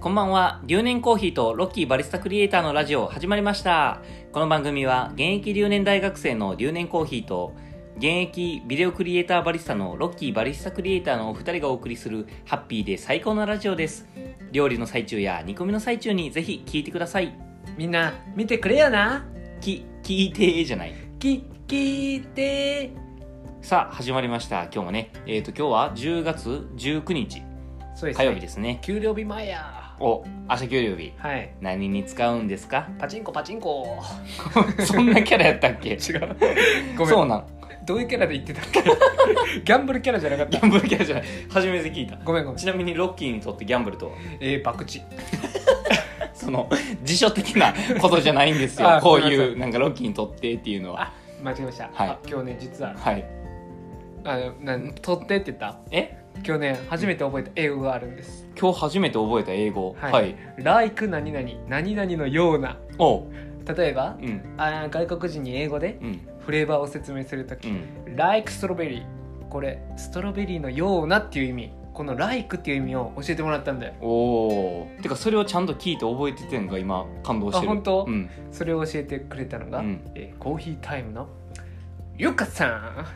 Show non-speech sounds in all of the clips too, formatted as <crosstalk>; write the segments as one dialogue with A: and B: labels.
A: こんばんは。留年コーヒーとロッキーバリスタクリエイターのラジオ始まりました。この番組は現役留年大学生の留年コーヒーと現役ビデオクリエイターバリスタのロッキーバリスタクリエイターのお二人がお送りするハッピーで最高なラジオです。料理の最中や煮込みの最中にぜひ聞いてください。
B: みんな見てくれよな
A: き、聞いてじゃない。
B: き聞いて
A: さあ、始まりました。今日もね。えっ、と、今日は10月19日
B: そうで
A: 火
B: す、ね、
A: 曜日ですね。
B: 給料日前や
A: お、明日給料日。
B: はい
A: 何に使うんです
B: <laughs>
A: か
B: パチンコパチンコ
A: そんなキャラやったっけ
B: 違
A: <laughs>
B: うごめん
A: そうなん
B: どういうキャラで言ってたっ
A: <laughs>
B: けギャンブルキャラじゃなかっ
A: ギ
B: た
A: ャンブルキャラじゃない初めて聞いた
B: ごめんごめ
A: <laughs>
B: ん
A: ちなみにロッキーにとってギャンブルとは
B: えー、博打
A: その辞書的なことじゃないんですよ
B: あ
A: こう
B: すいま
A: い
B: せ
A: うなんかロッキーにとってっていうのは
B: あ間違えました、
A: はい
B: あ今日ね実は
A: はい
B: あのなん取ってって言った
A: え
B: 今日ね初めて覚えた英語があるんです
A: 今日初めて覚えた英語は、
B: はいい like 何々何々のような
A: おう
B: 例えば
A: うん
B: あー外国人に英語で
A: うん
B: フレーバーを説明するとき
A: うん
B: like ストロベリーこれストロベリーのようなっていう意味この like っていう意味を教えてもらったんだよ
A: おおてかそれをちゃんと聞いて覚えててんのが今感動してる
B: あ本当
A: うん
B: それを教えてくれたのが、
A: うん
B: えーコーヒータイムのゆかさん、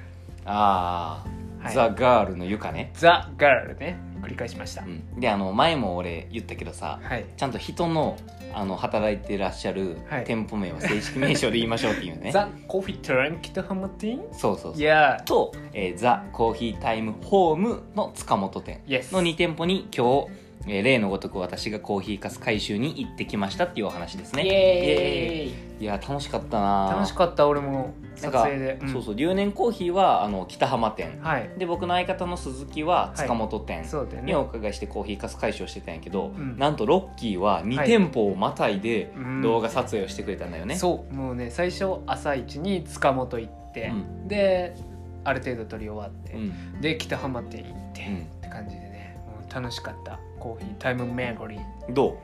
A: ああ、
B: はい、
A: ザ・ガールのゆかね、
B: ザ・ガールね繰り返しました、
A: うん、であの前も俺言ったけどさ
B: はい
A: ちゃんと人のあの働いてらっしゃる
B: はい
A: 店舗名は正式名称で言いましょうっていうね
B: ザ・コーヒータイム北浜店
A: そうそうそう
B: いや
A: と、えーザ・コーヒータイムホームの塚本店
B: ーイエス
A: の2店舗に今日、えー例のごとく私がコーヒーかす回収に行ってきましたっていうお話ですね
B: イ
A: イエ
B: エーイ
A: ーイいや楽しかったな
B: 楽しかった俺も撮影で、ん
A: そうそう留年コーヒーはあの北浜店
B: はい
A: で僕の相方の鈴木は塚本店
B: そうだよ
A: に
B: ね
A: お伺いしてコーヒーかす回収をしてたんやけど、
B: ん
A: なんとロッキーは2
B: はい
A: 店舗をまたいで
B: うん
A: 動画撮影をしてくれたんだよね、
B: そうもうね最初朝一に塚本行って、
A: うん
B: である程度撮り終わって、
A: うん
B: で北浜店行って、
A: うん
B: って感じでねもう楽しかったコーヒータイムメモリー
A: ど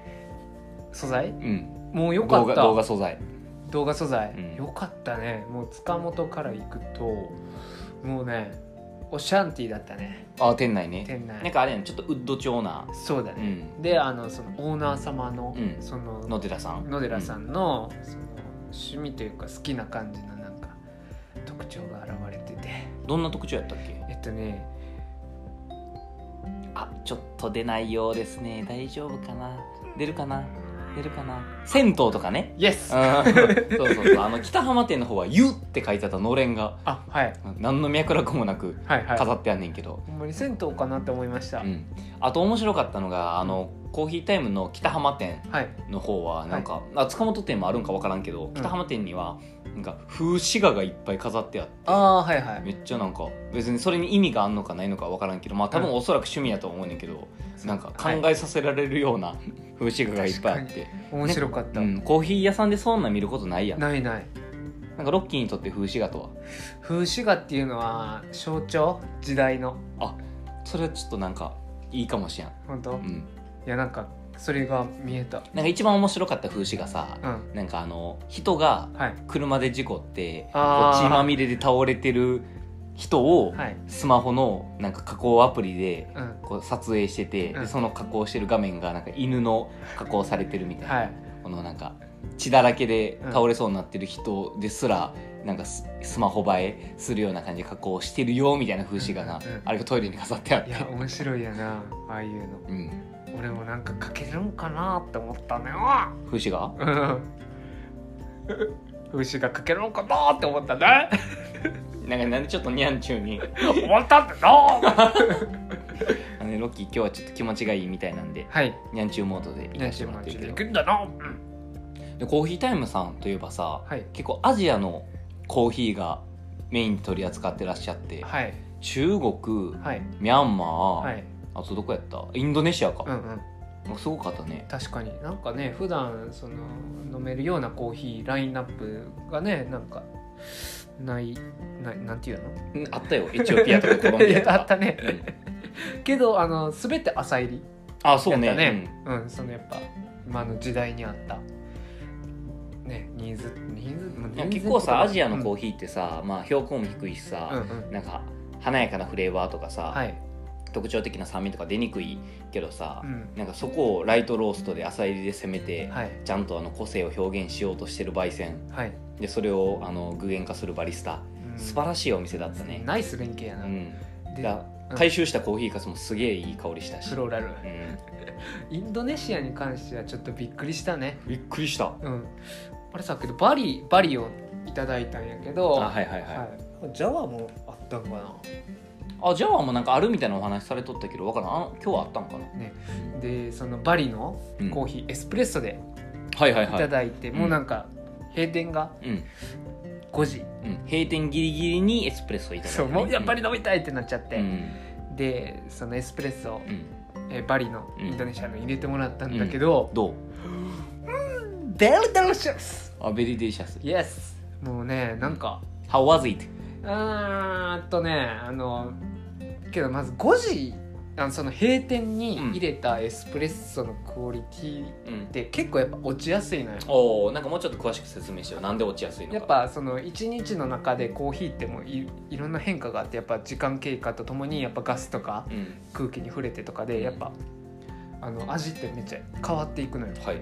B: 素材
A: う、うん、
B: もうよか
A: 動
B: っ
A: 画
B: た
A: 動画素材
B: 動画素材、
A: うん
B: よかったねもう塚本から行くともうねオシャンティーだったね
A: あ店内ね
B: 店内
A: なんかあれやんちょっとウッド調な、
B: そうだ
A: う
B: ね、
A: ん、
B: であのそのオーナー様の、
A: うん
B: その
A: 野寺さん
B: 野寺さ
A: うん
B: の,、その趣味というか好きな感じのなんか特徴が現れてて
A: んどんな特徴やったっけ
B: えっとね
A: あちょっと出ないようですね大丈夫かな出るかな出るかな銭湯とか <laughs> ね
B: イエ
A: うん
B: ス
A: そうそうそうあの北浜店の方は「湯」って書いてあったのれんが
B: あはい
A: 何の脈絡もなく
B: はいはい
A: 飾ってあんねんけど、
B: ほんまに銭湯かなって思いました、
A: うん、あと面白かったのがあのコーヒータイムの北浜店
B: はい
A: の方はなんか、あ塚本店もあるんか分からんけど北浜店にはなんか風刺画がいっぱい飾ってあって
B: ああはいはい
A: めっちゃなんか別にそれに意味があんのかないのか分からんけどまあ多分おそらく趣味やと思うねんけど、なんか考えさせられるような風刺画がいっぱいあって、
B: 面白かった、
A: うん、コーヒー屋さんでそんなん見ることないやんな
B: ないない
A: んかロッキーにとって風刺画とは
B: 風刺画っていうのは象徴時代の
A: それはちょっとなんかいいかもしれん、
B: 本当、
A: う
B: い
A: ん、
B: やなんかそれが見えた
A: なんか一番面白かった風刺画さ
B: うん
A: なんかあの人が
B: はい
A: 車で事故ってこ
B: あ
A: う
B: ー
A: 血まみれで倒れてる人を
B: はい
A: スマホのなんか加工アプリで
B: うん
A: こう撮影してて、
B: うん
A: でその加工してる画面がなんか犬の加工されてるみたいな、
B: はい
A: このなんか血だらけで倒れそうになってる人ですら、なんかススマホ映えするような感じで加工してるよみたいな風刺画が、
B: うんうんうん
A: あれがトイレに飾ってあっ
B: い
A: て
B: や。面白いやなああいうの
A: うん、
B: 俺もなんか描けるんかなって思ったのよ
A: 風刺画
B: うん風刺画描けるんかなって思った <laughs> ね
A: なんかなんでちょっとニャンチューに
B: <laughs> 思ったってな
A: あのねロッキー今日はちょっと気持ちがいいみたいなんで
B: はい
A: ニャンチューモードで行
B: 練
A: かせて
B: 習
A: もら
B: も
A: って
B: ち
A: る
B: ょっと
A: けど
B: 行くんだな、うん
A: でコーヒータイムさんといえばさ
B: はい
A: 結構アジアのコーヒーがメインで取り扱ってらっしゃって
B: はい
A: 中国
B: はい
A: ミャンマー、
B: はい
A: あとどこやったインドネシアか
B: う、んうん
A: すごかったね
B: 確かになんかね普段その飲めるようなコーヒーラインナップがねなんかないななんていうの
A: うんあったよエチオピアとか
B: <laughs>
A: コロンビアと
B: いやあっ
A: か、
B: たね
A: うん、
B: けどあの全て朝入り
A: あそう
B: や
A: ね
B: ったうん、そのやっぱ今の時代にあったねニーズニーズ
A: うんいや結構さアジアのコー
B: ヒ
A: ヒーってさ、まあ標高も低いしさ、
B: うんうん
A: なんか華やかなフレーバーとかさ、
B: はい
A: 特徴的な酸味とか出にくいけどさ、
B: うん
A: なんかそこをライトローストで浅入りで攻めて、
B: はい
A: ちゃんとあの個性を表現しようとしてる焙煎
B: はい、
A: でそれをあの具現化するバリスタ
B: うん
A: 素晴らしいお店だったね、
B: ナイス連携や
A: う
B: な、
A: ん、
B: で
A: だ回収したコーヒーかすもすげえいい香りしたし
B: プ、ローラル
A: うん、
B: インドネシアに関してはちょっとびっくりしたね
A: びっくりした
B: うんあれさけどバリバリをいただいたんやけ
A: あ
B: ど
A: はいはいはい、
B: はい、ジャワもあったんかな
A: あジャワもなんかあるみたいなお話されとったけどわからんあの今日はあったんかな、
B: でそのバリの
A: うん
B: コーヒー、エスプレッソで
A: はいはい
B: い
A: はい
B: ただいて、
A: うん
B: もうなんか閉店が
A: うん
B: 5時、
A: うん、閉店ギリギリにエスプレッソいただいて
B: そ
A: ね、
B: うもうやっぱり飲みたいってなっちゃっ
A: う
B: て、
A: ん
B: でそのエスプレッソを
A: うん、
B: えーバリの
A: うん
B: インドネシアの入れてもらったんだけど、
A: どう
B: デルデルシャス
A: あベリーデイシャス
B: イエスもうねなんか
A: How was it?
B: うーんとねあのけどまず5時あのその閉店に入れたエスプレッソのクオリティっ
A: うん、
B: て結構やっぱ落ちやすいのよ
A: おおなんかもうちょっと詳しく説明してよなんで落ちやすいのか
B: やっぱその1日の中でコーヒーってもういいろんな変化があってやっぱ時間経過とともにやっぱガスとか
A: うん
B: 空気に触れてとかでやっぱあの味ってめっちゃ変わっていくのよ
A: はい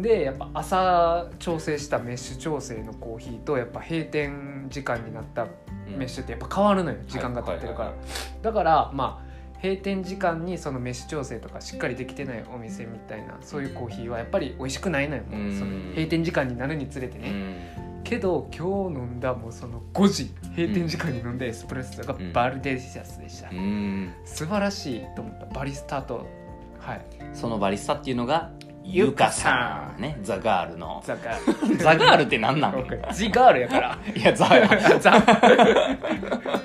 B: でやっぱ朝調整したメッシュ調整のコーヒーとやっぱ閉店時間になったメッシュってやっぱ変わるのよ時間が経ってるから
A: はい
B: だからまあ閉店時間にそのメッシュ調整とかしっかりできてないお店みたいなそういうコーヒーはやっぱり美味しくないのよもう
A: うん
B: その閉店時間になるにつれてね、
A: うん
B: けど今日飲んだもうその5時閉店時間に飲んだエスプレッソが
A: うん
B: バルデシャスでした、
A: うん
B: 素晴らしいと思ったバリスタとはい
A: そのバリスタっていうのが
B: ゆ
A: ゆ
B: か
A: か
B: さ
A: さ
B: ん
A: んねザガール
B: <laughs>
A: の
B: ザガ
A: ザガールって何
B: <laughs>
A: なんい
B: ールジガールやから
A: やザ
B: ザ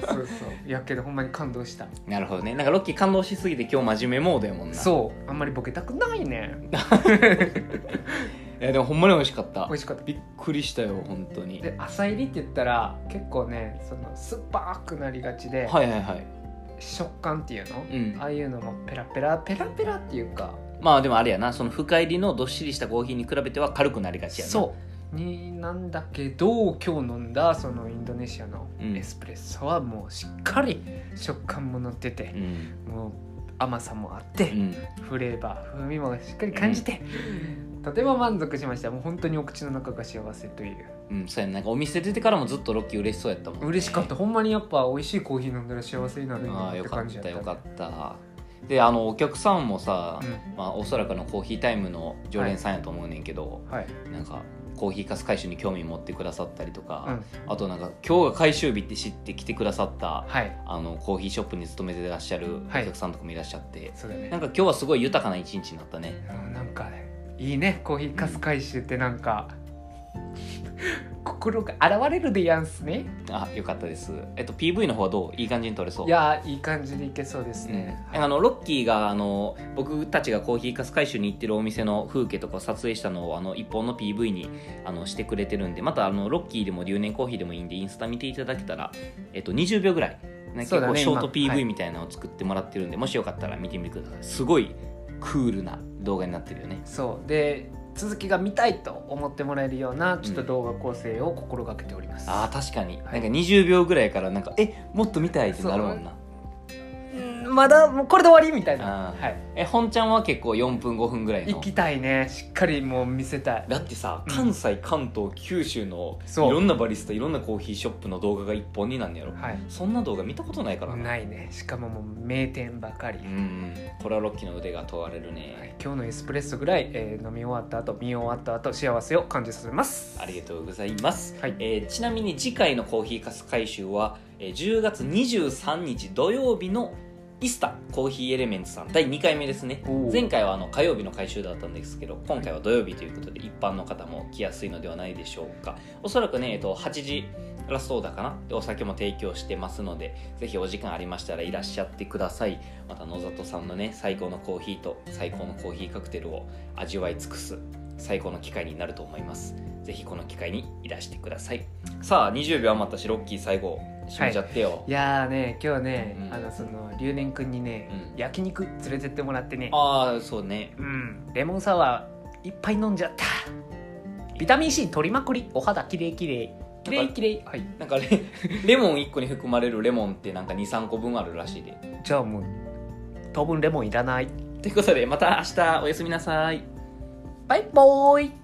B: そうそういやけどほんまに感動した
A: <laughs> なるほどねなんかロッキー感動しすぎて今日真面目モードやもんな
B: そうあんまりボケたくないね
A: いやでもほんまに美味しかった
B: 美味しかった
A: びっくりしたよ本当に
B: で朝入りって言ったら結構ねその酸っぱくなりがちで、
A: はいはいはい
B: 食感っていうの、
A: うん
B: ああいうのもペラペラペラペラっていうか
A: まあでもあれやなその深入りのどっしりしたコーヒーに比べては軽くなりがちやな
B: そうになんだけど今日飲んだそのインドネシアの
A: うん
B: エスプレッソはもうしっかり食感も乗って
A: う
B: て、
A: ん
B: もう甘さもあって、
A: うん
B: フレーバー風味もしっかり感じて、とても満足しましたもう本当にお口の中が幸せという
A: うんそうやねなんかお店出てからもずっとロッキー嬉しそうやったもん
B: 嬉しかったほんまにやっぱ美味しいコーヒー飲んだら幸せになるん
A: あ
B: や
A: あ
B: っ
A: よ
B: て
A: かっ
B: 感じやったた
A: よかったであのお客さんもさ、
B: うん
A: まあ、おそらくのコーヒータイムの常連さんやと思うねんけど、
B: はい、
A: なんかコーヒーかす回収に興味持ってくださったりと
B: う
A: か、
B: ん、
A: あとなんか今日が回収日って知って来てくださった
B: はい
A: あのコーヒーショップに勤めてらっしゃるお
B: はい
A: 客さんとかもいらっしゃって、
B: そうだね
A: なんか今日はすごい豊かな一日になったね
B: うんなんかねいいねコーヒーかす回収ってなんか、 <laughs> 心が現れるでやんすね
A: あよかったですえっと PV の方はどういい感じに撮れそう
B: いやーいい感じでいけそうです
A: うん
B: ね、
A: あのロッキーがあの僕たちがコーヒーかす回収に行ってるお店の風景とかを撮影したのをあの一本の PV にあのしてくれてるんでまたあのロッキーでも留年コーヒーでもいいんでインスタ見ていただけたら、えっと、20秒ぐらい、ね、結
B: そうだね
A: 構ショート
B: 今はい
A: PV みたいなのを作ってもらってるんで、もしよかったら見てみてくださいすごいクールな動画になってるよね
B: そうで続きが見たいと思ってもらえるようなちょっと動画構成を心がけております、
A: あー確かに、
B: はい
A: なんか20秒ぐらいからなんかえもっと見たいってなるもんな
B: うんまだもうこれで終わりみたいな
A: あー
B: はい
A: え本ちゃんは結構4分5分ぐらいの
B: 行きたいねしっかりもう見せたい
A: だってさ
B: うん
A: 関西関東九州のい
B: そう
A: ろんなバリスタいろんなコーヒーショップの動画が一本になんねやろ
B: はい
A: そんな動画見たことないから
B: ないねしかももう名店ばかり、
A: うんこれはロッキーの腕が問われるね、
B: はい今日のエスプレッソぐらい、えー飲み終わった後見終わった後幸せを感じさせます
A: ありがとうございます、
B: はい
A: えーちなみに次回のコーヒーかす回収は、えー10月23日土曜日のイスタコーヒーエレメンツさん第2回目ですね
B: おー
A: 前回はあの火曜日の回収だったんですけど今回は土曜日ということで一般の方も来やすいのではないでしょうかおそらくね、えっと、8時ラストオーダーかなでお酒も提供してますのでぜひお時間ありましたらいらっしゃってくださいまた野里さんのね最高のコーヒーと最高のコーヒーカクテルを味わい尽くす最高の機会になると思いますぜひこの機会にいらしてくださいさあ20秒余ったしロッキー最後締めちゃってよ、
B: いやーね今日ね、
A: うん
B: あのその留年くんにね、
A: うん
B: 焼肉連れてってもらってね
A: ああそうね
B: うんレモンサワーいっぱい飲んじゃったビタミン C 取りまくりお肌きれいきれいきれいきれいはい
A: なんか <laughs> レレモン1個に含まれるレモンってなんか23個分あるらしいで
B: じゃあもう当分レモンいらない
A: ということでまた明日おやすみなさい
B: バイボーイ